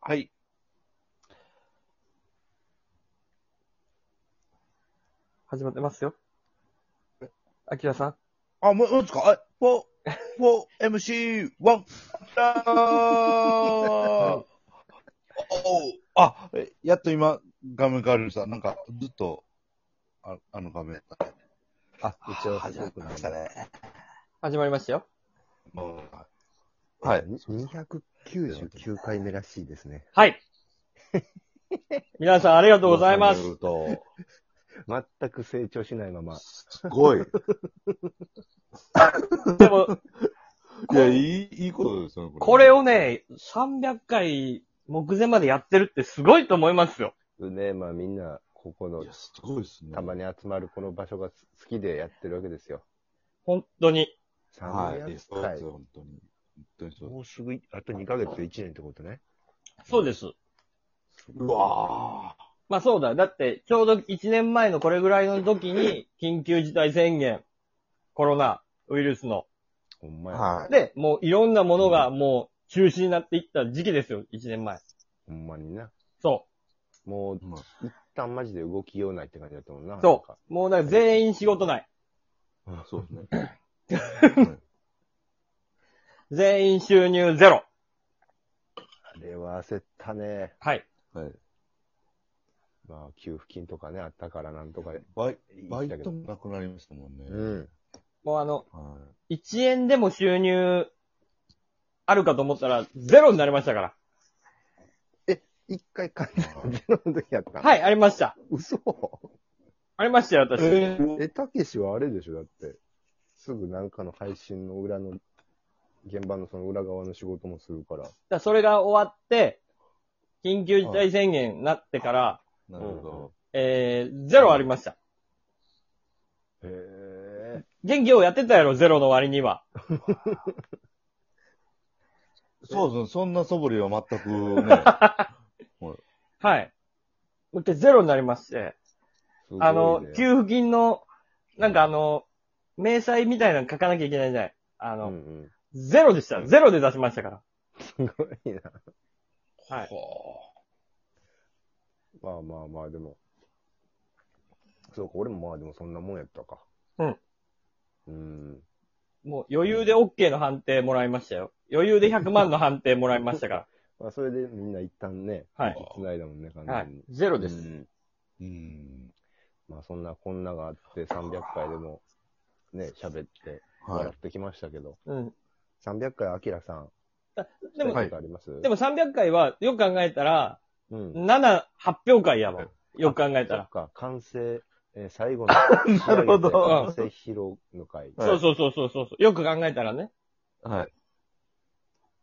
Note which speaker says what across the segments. Speaker 1: はい。
Speaker 2: 始まってますよ。あきらさん。
Speaker 1: あ、もう、うんですかあ、フォー、4MC1、ラーおあ、えやっと今、画面変わりました。なんか、ずっと、ああの画面やったね。
Speaker 3: あ、一応、
Speaker 1: 始まりましたね。
Speaker 2: 始まりましたよ。
Speaker 1: もう、は
Speaker 3: はいい。299回目らしいですね。
Speaker 2: はい。 皆さんありがとうございます。
Speaker 1: 噂によると
Speaker 3: 全く成長しないまま。
Speaker 1: すごい。
Speaker 2: でも、
Speaker 1: いや、いい、いいことですよね、
Speaker 2: これをね、300回目前までやってるってすごいと思いますよ。
Speaker 3: ね、まあみんな、ここの
Speaker 1: いや、、すごいですね。
Speaker 3: たまに集まるこの場所が好きでやってるわけですよ。
Speaker 2: 本当に。
Speaker 1: はい。いや
Speaker 3: 300
Speaker 1: そうで
Speaker 3: 回
Speaker 1: す。よ、本当に。本当にそうで
Speaker 3: もうすぐ、あと2ヶ月で1年ってことね。
Speaker 2: そうです。
Speaker 1: す。うわー
Speaker 2: まあそうだ。だって、ちょうど1年前のこれぐらいの時に、緊急事態宣言、コロナ、ウイルスの。
Speaker 3: ほんまや。
Speaker 1: は
Speaker 2: で、もういろんなものがもう中止になっていった時期ですよ、1年前。
Speaker 3: ほんまにな。
Speaker 2: そ
Speaker 3: もう
Speaker 1: い。、まあ
Speaker 3: 一旦マジで動きようないって感じだったもんな。
Speaker 2: う。そう。もうだから全員仕事ない。
Speaker 3: なんか。
Speaker 1: そう ですね。
Speaker 2: 全員収入ゼロ。
Speaker 3: あれは焦ったね。
Speaker 2: はい。
Speaker 1: はい。
Speaker 3: まあ、給付金とかね、あったからなんとかで。
Speaker 1: バイバイトもなくなりましたもんね。
Speaker 3: うん。
Speaker 2: もうあの、
Speaker 1: は
Speaker 2: 1円でも収入あるかと思ったら、ゼロになりましたから。
Speaker 3: 一回買ったゼロの時やった。
Speaker 2: はい、ありました。
Speaker 3: 嘘
Speaker 2: ありましたよ、
Speaker 1: い。
Speaker 2: 私。
Speaker 3: え、たけしはあれでしょだって、すぐなんかの配信の裏の、現場のその裏側の仕事もするから。
Speaker 2: だそれが終わって、緊急事態宣言になってから、
Speaker 1: なるほど。
Speaker 2: えー、ゼロありました。
Speaker 3: へえ。
Speaker 2: 元気をやってたやろ、ゼロの割には。
Speaker 1: そうそう、そんな素振りは全くね。
Speaker 2: はい。もう一回ゼロになりまして、
Speaker 3: すごいね
Speaker 2: あの、給付金の、なんかあの、明細みたいなの書かなきゃいけないじゃない。あ
Speaker 3: う
Speaker 2: の、
Speaker 3: んうん。
Speaker 2: ゼロでした。ゼロで出しましたから。
Speaker 3: すごいな。
Speaker 2: はい。
Speaker 3: まあまあまあ、でも。そうか、俺もまあでもそんなもんやったか。
Speaker 2: うん。
Speaker 3: うん。
Speaker 2: もう余裕で OK の判定もらいましたよ。余裕で100万の判定もらいましたか
Speaker 3: まあそれでみんな一旦ね、
Speaker 2: はい
Speaker 3: 息繋いだもんね、完
Speaker 2: ら。は
Speaker 3: 全
Speaker 2: い
Speaker 3: に。。
Speaker 2: ゼロ
Speaker 1: そう
Speaker 2: です。
Speaker 1: ん。うん。
Speaker 3: まあそんなこんながあって300回でも、ね、喋って、
Speaker 1: は
Speaker 3: 笑ってきましたけど。
Speaker 2: うん。
Speaker 3: 300回、アキラさん。
Speaker 2: で
Speaker 3: した
Speaker 2: も、
Speaker 3: ことあります、
Speaker 2: でも300回は、よく考えたら、
Speaker 3: うん。
Speaker 2: 7、発表会やもん。よく考えた
Speaker 3: そっ
Speaker 2: ら。
Speaker 3: か、完成、えー最後の。
Speaker 1: なるほど
Speaker 3: 完成披露の会。
Speaker 1: はい
Speaker 2: そうそうそうそうそう。よく考えたらね。
Speaker 1: い。は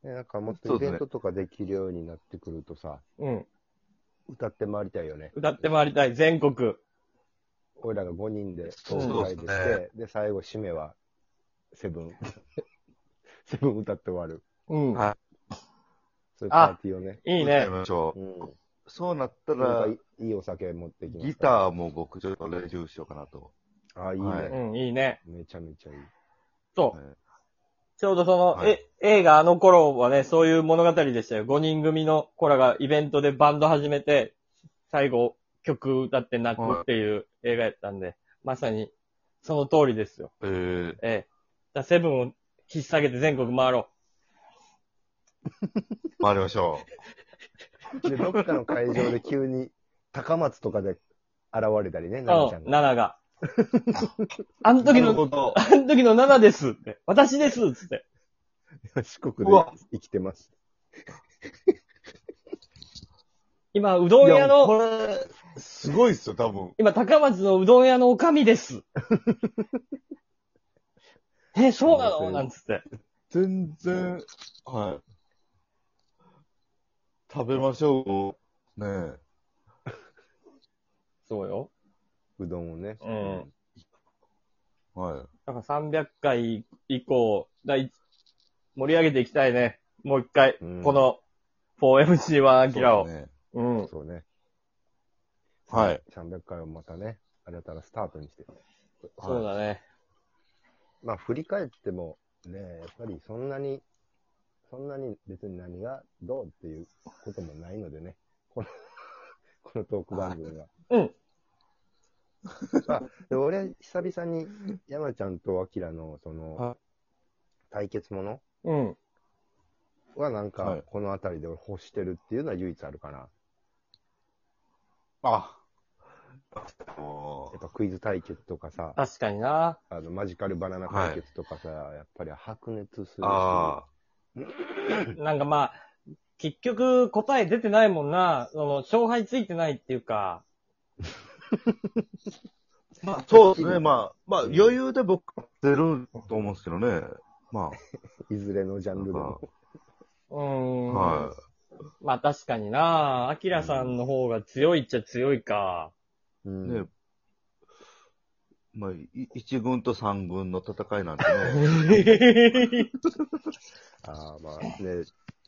Speaker 1: い。
Speaker 3: ねなんかもっとイベントとかできるようになってくるとさ、
Speaker 2: うん。
Speaker 3: 歌って回りたいよね。
Speaker 2: 歌って回りたい。全国。
Speaker 3: 俺らが5人で、
Speaker 1: そう
Speaker 3: トーク会で
Speaker 1: そうです
Speaker 3: して、で、最後、締めは、セブン。 セブン歌って終わる。
Speaker 2: うん。
Speaker 1: はい
Speaker 3: そういうパーティーをね。
Speaker 2: いい
Speaker 1: や
Speaker 2: ね
Speaker 1: り。ましょ
Speaker 3: う
Speaker 1: う。
Speaker 3: ん。
Speaker 1: そうなった
Speaker 3: な
Speaker 1: ら
Speaker 3: ん、かいいいお酒持ってきます
Speaker 1: ギターも僕ちょっと練習しようかなと。
Speaker 3: ー。あ、いいね、
Speaker 1: は
Speaker 2: う
Speaker 1: い
Speaker 2: ん、いいね。
Speaker 3: めちゃめちゃいい。
Speaker 2: そう。
Speaker 1: はい
Speaker 2: ちょうどその、
Speaker 1: はい
Speaker 2: え、映画あの頃はね、そういう物語でしたよ。5人組の子らがイベントでバンド始めて、最後、曲歌って泣くっていう映画やったんで、まさに、その通りですよ。
Speaker 1: えー、
Speaker 2: ええ。だセブンを引っ提げて全国回ろ
Speaker 1: 回りましょ
Speaker 3: で、どっかの会場で急に、高松とかで現れたりね、
Speaker 2: う。
Speaker 3: なみちゃ
Speaker 2: うんん、
Speaker 3: が。
Speaker 2: 7が。 あの
Speaker 1: う。
Speaker 2: 時
Speaker 1: なるほ
Speaker 2: の、
Speaker 1: ど。
Speaker 2: あの時の7ですって。私ですっつって。
Speaker 3: 四国
Speaker 1: うわ
Speaker 3: で生きてます。
Speaker 2: 今、うどん屋
Speaker 1: いやこ
Speaker 2: の、
Speaker 1: れ、すごいっすよ、多分。
Speaker 2: 今、高松のうどん屋のおか みです。え、そうなのなんつって。
Speaker 1: 全然、はい。食べましょう。ね
Speaker 2: そうよ。
Speaker 3: うどんをね。
Speaker 2: うん。
Speaker 1: え。は
Speaker 2: だから300回以降、だい盛り上げていきたいね。もう一回、
Speaker 3: うん
Speaker 2: この 4MC1 ア
Speaker 1: い。
Speaker 2: キラを。う
Speaker 1: そうですね
Speaker 2: ん。
Speaker 3: そうね。
Speaker 1: はい。
Speaker 3: 300回をまたね、新たなスタートにして。
Speaker 2: そうだね。
Speaker 3: まあ、振り返っても、ね、やっぱりそんなに、そんなに別に何がどうっていうこともない トーク番組が。
Speaker 2: うん。
Speaker 3: あ、でも俺、久々に山ちゃんとアキラの、その
Speaker 1: は、
Speaker 3: 対決もの
Speaker 2: うん。
Speaker 3: はなん
Speaker 1: は
Speaker 3: か
Speaker 1: い、
Speaker 3: この辺りで俺欲してるっていうのは唯一あるかな。
Speaker 1: あ。も
Speaker 3: やっぱクイズ対決とかさ、
Speaker 2: 確かにな。
Speaker 3: あの、マジカルバナナ対決とかさ、やっぱり白熱するし
Speaker 1: う。あ
Speaker 2: なんかまあ、結局答え出てないもんな。その、勝敗ついてないっていうか。
Speaker 1: あ。 まあ、そうですね。まあ、まあ、余裕で僕、出ると思うんですけどね。ま
Speaker 3: いずれのジャ
Speaker 1: あ、
Speaker 3: ンルで
Speaker 1: は
Speaker 3: も。
Speaker 2: うーん。
Speaker 1: は
Speaker 2: まあ確かにな。アキラさんの方が強いっちゃ強いか。
Speaker 3: う
Speaker 1: い。
Speaker 3: ん
Speaker 1: ね。まあ、い一軍と三軍の戦いなんで ね。
Speaker 3: ああ、まあね、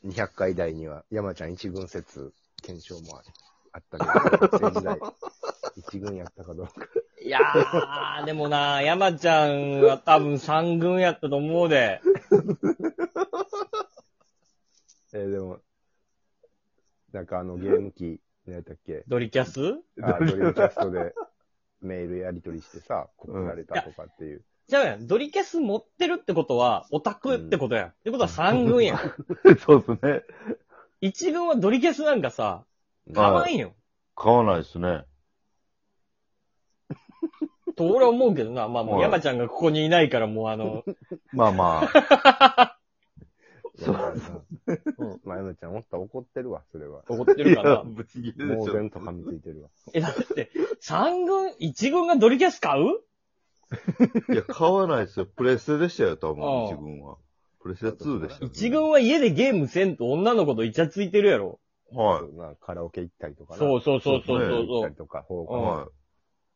Speaker 3: 200回台には山ちゃん一軍説検証もあったけど、 学生時代、一軍やったかどうか。
Speaker 2: いやー、でもな、山ちゃんは多分三軍やったと思うで。
Speaker 3: えーでも、なんかあのゲーム機、何やったっ け
Speaker 2: ドリキャス
Speaker 3: あードリームキャストでメールやり取りしてさ、告られたとかっていう。
Speaker 2: じゃあやん、ドリキャス持ってるってことは、オタクってことやん。ってことは三軍やん。
Speaker 1: そうですね。
Speaker 2: 一軍はドリキャスなんかさ、買わんよ。
Speaker 1: 買わないですね。
Speaker 2: と俺は思うけどな。まあも
Speaker 1: は
Speaker 2: う
Speaker 1: い
Speaker 2: 山ちゃんがここにいないからもうあ の、
Speaker 1: まあまあ。そう
Speaker 3: 山ちゃん
Speaker 2: うん
Speaker 3: まあ山ちゃんおったら怒ってるわ、それは。
Speaker 2: 怒ってるから。
Speaker 1: ぶち切れでし
Speaker 3: 猛
Speaker 1: ょ。
Speaker 3: 然と噛みついてるわ。
Speaker 2: え、だって、三軍、一軍がドリキャス買う
Speaker 1: いや、買わないですよ。プレステでしたよ、多
Speaker 2: ああ
Speaker 1: 分、一軍は。プレステ2でしたよ、
Speaker 2: 一軍は家でゲームせんと女の子とイチャついてるやろ。
Speaker 1: は
Speaker 3: そうまあカラオケ行ったりとかな
Speaker 2: そうそうそうそう
Speaker 1: そう
Speaker 2: そう
Speaker 3: 行ったりとか、放
Speaker 1: い。
Speaker 3: 課
Speaker 2: うん
Speaker 3: 後
Speaker 1: は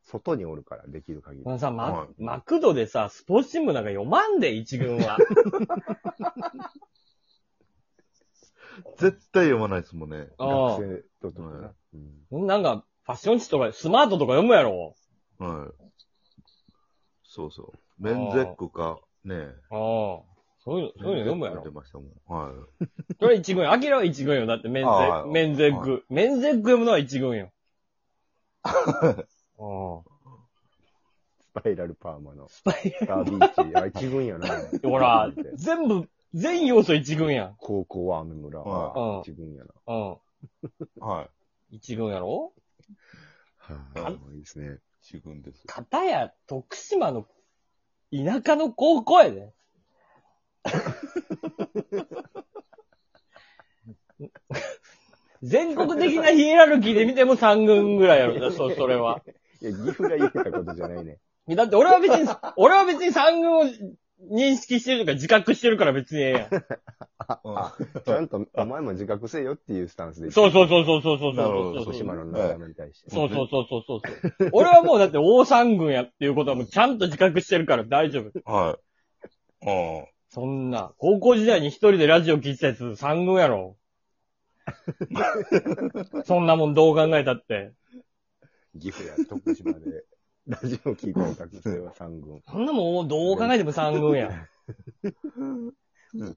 Speaker 3: 外におるから、できる限り
Speaker 2: こ。のさ、マ,、
Speaker 1: はい
Speaker 2: マクドでさ、スポーツチームなんか読まんで、一軍は。
Speaker 1: い。絶対読まないですもんね。
Speaker 2: あ
Speaker 3: 学生ととかな。うん
Speaker 2: あ。なんか、ファッション誌とか、スマートとか読むやろ。
Speaker 1: はい。そうそう。メンゼックか、ねえ。
Speaker 2: ああ。そういうの、そういうの読むやろ
Speaker 1: 出。ましたもん。はい。
Speaker 2: それ一軍よ。アキラは一軍よ。だってメンゼ
Speaker 1: ああはい
Speaker 2: メンゼッ
Speaker 1: は
Speaker 2: ク。メンゼック読むのは一軍よ。ああ。
Speaker 3: スパイラルパーマの、ス
Speaker 2: パイ
Speaker 3: タービーチ。あ、一軍やな。
Speaker 2: ほら
Speaker 3: 見て、
Speaker 2: 全部、全要素一軍やん。
Speaker 3: 高校は雨村
Speaker 2: うん
Speaker 3: は一軍やな。
Speaker 2: うん。
Speaker 1: は
Speaker 2: 一軍やろ
Speaker 3: はいい。いいですね。
Speaker 1: い。一軍です。
Speaker 2: 片や徳島の田舎の高校やで。全国的なヒエラルキーで見ても3軍ぐらいやろ。そう、それは。
Speaker 3: いや、岐阜が言ってたことじゃないね。
Speaker 2: だって俺は別に、俺は別に3軍を認識してるとか自覚してるから別にええやん。
Speaker 1: あ、
Speaker 3: ちゃんと、お前も自覚せよっていうスタンスで。。
Speaker 2: そうそううそうそうそうそう
Speaker 1: なるほ
Speaker 2: そう
Speaker 1: ど
Speaker 2: そう
Speaker 3: 徳
Speaker 2: そう。
Speaker 3: 島の仲間に対して。
Speaker 2: そうそうそうそうそうそう。俺はもうだって大三軍やっていうことはもうちゃんと自覚してるから大丈夫。
Speaker 1: はい。あ
Speaker 2: そんな、高校時代に一人でラジオ聞いてたやつ三軍やろ。そんなもんどう考えたって。
Speaker 3: 岐阜や徳島で、ラジオ聞いてる学生は三軍。
Speaker 2: そんなもんどう考えても三軍や。
Speaker 3: 怒ってんな。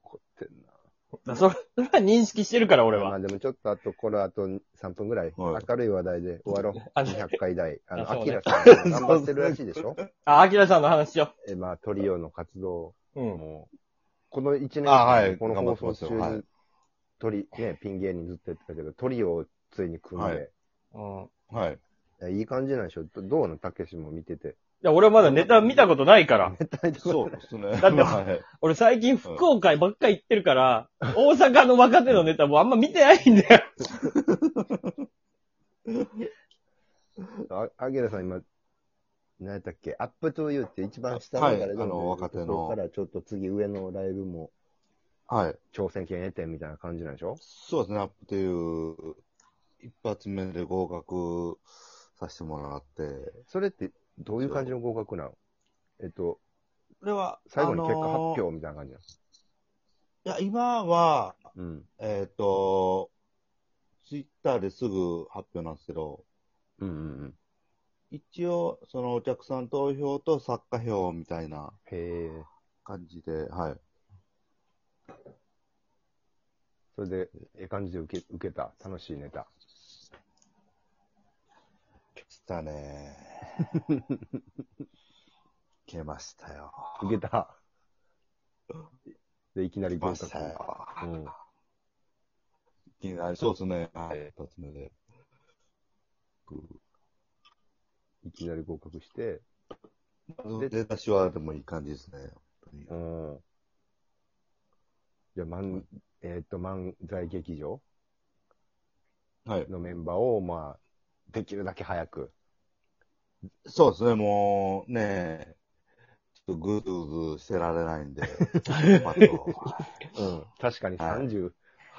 Speaker 2: だそれそれは認識してるから俺
Speaker 3: ま
Speaker 2: は。
Speaker 3: あでもちょっとあと、この後3分ぐらい、
Speaker 1: はい
Speaker 3: 明るい話題で終わろう。
Speaker 2: あ
Speaker 3: 200回台。あの、
Speaker 2: あそ
Speaker 3: ア
Speaker 2: う
Speaker 3: キ
Speaker 2: ね
Speaker 3: ラさんが頑張ってるらしいでしょ
Speaker 2: あ、アキラさんの話しよ
Speaker 3: え、まあ、トリオの活動
Speaker 2: う。うん。
Speaker 3: も、この1年、
Speaker 1: あはい
Speaker 3: この
Speaker 1: 頑張って
Speaker 3: 放
Speaker 1: ま
Speaker 3: 送
Speaker 1: す
Speaker 3: 中
Speaker 1: よ
Speaker 3: に、
Speaker 1: はい
Speaker 3: トリ、ね、ピン芸人ずっとやってたけど、トリオをついに組んで、
Speaker 2: うん。い
Speaker 1: はい。
Speaker 3: いやいい感じなんでしょどどうのたけしも見てて。
Speaker 2: や、俺はまだネタ見たことないから。
Speaker 1: そうですね。
Speaker 2: だって
Speaker 1: はい。
Speaker 2: 俺最近福岡ばっかり行ってるから、大阪の若手のネタもあんま見てないんだ よ。
Speaker 3: あ、アキラさん今、何やったっけアップトゥーユーって一番下の
Speaker 1: はい
Speaker 3: 誰でも
Speaker 1: あの若手の
Speaker 3: そこからちょっと次上のライブも
Speaker 1: はい。
Speaker 3: 挑戦権得てみたいな感じなんでしょ
Speaker 1: そうですね、アップという、一発目で合格させてもらって。
Speaker 3: それって、どういう感じの合格なのえっと、
Speaker 1: これは、
Speaker 3: 最後に結果
Speaker 1: あ
Speaker 3: 発
Speaker 1: のー
Speaker 3: 表みたいな感じなの、
Speaker 1: いや、今は、
Speaker 3: うん。
Speaker 1: えっ、と、ツイッターですぐ発表なんですけど、
Speaker 3: うんうんうん。
Speaker 1: 一応、そのお客さん投票と作家票みたいな
Speaker 3: へえ。
Speaker 1: 感じで、はい。
Speaker 3: それで、ええ感じで受け、受けた。楽しいネタ。
Speaker 1: した ね。受けましたよ。
Speaker 3: 受けた。で、いきなり
Speaker 1: 受け
Speaker 3: 合
Speaker 1: ました
Speaker 3: 格。
Speaker 1: よ。
Speaker 3: うん。
Speaker 1: いきなりそうですね。はい。一発目で。
Speaker 3: いきなり合格して、で
Speaker 1: 出だしはでもいい感じですね。
Speaker 3: う
Speaker 1: 本
Speaker 3: ん。じゃあ、漫えっ、と、漫才劇場
Speaker 1: 当にはい。
Speaker 3: のメンバーを、まあ、できるだけ早く。
Speaker 1: そうですね、もう、ねえ、ちょっとグーグーしてられないん で、パッと。
Speaker 3: うん。確かに
Speaker 1: はい
Speaker 3: 38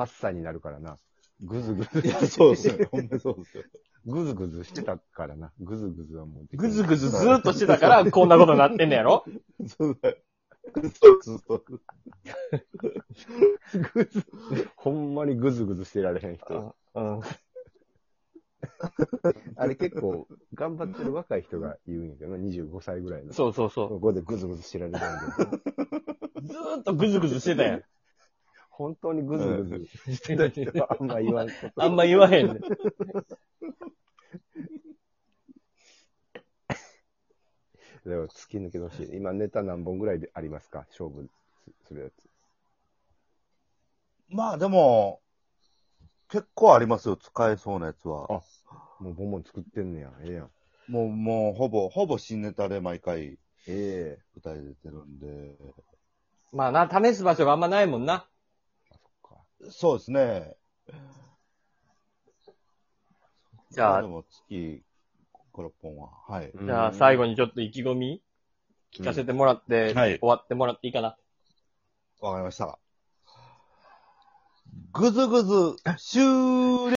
Speaker 3: 歳になるからな。ぐずぐず
Speaker 1: い、や、そうですね、ほんまにそうです よ。
Speaker 3: ぐずぐずしてたからな。ぐずぐずはもうできな
Speaker 2: ぐ
Speaker 3: い。
Speaker 2: ずぐずずーっとしてたから、こんなことになってんねやろ
Speaker 1: そうだよ。そうそうそう。
Speaker 3: ぐず。ほんまにぐずぐずしてられへん人。
Speaker 2: うん。
Speaker 3: あれ結構、頑張ってる若い人が言うんやけどな、25歳ぐらいの。
Speaker 2: そうそうそう。
Speaker 3: ここでぐずぐずしてられたんで。
Speaker 2: ずーっとぐずぐずしてたやん。
Speaker 3: 本当にぐずぐずしてた人はあんま言わんこと。
Speaker 2: あんま言わへんね。
Speaker 3: でも突き抜けてほしい。今ネタ何本ぐらいでありますか勝負すするやつ。
Speaker 1: まあでも、結構ありますよ、使えそうなやつは。
Speaker 3: もうボンボン作ってんねや。ええやん。
Speaker 1: もう、もう、ほぼ、ほぼ新ネタで毎回
Speaker 3: ええ
Speaker 1: 舞台出てるんで。
Speaker 2: まあな、試す場所があんまないもんな。
Speaker 3: あ、そっか。
Speaker 1: そうですね。
Speaker 2: じゃあ
Speaker 1: でも月5、6本は。はい。
Speaker 2: じゃあ最後
Speaker 3: に
Speaker 2: にちょっと意気込み聞かせてもらって、
Speaker 1: うんはい
Speaker 2: 終わってもらっていいかな。
Speaker 1: わかりました。ぐずぐず終了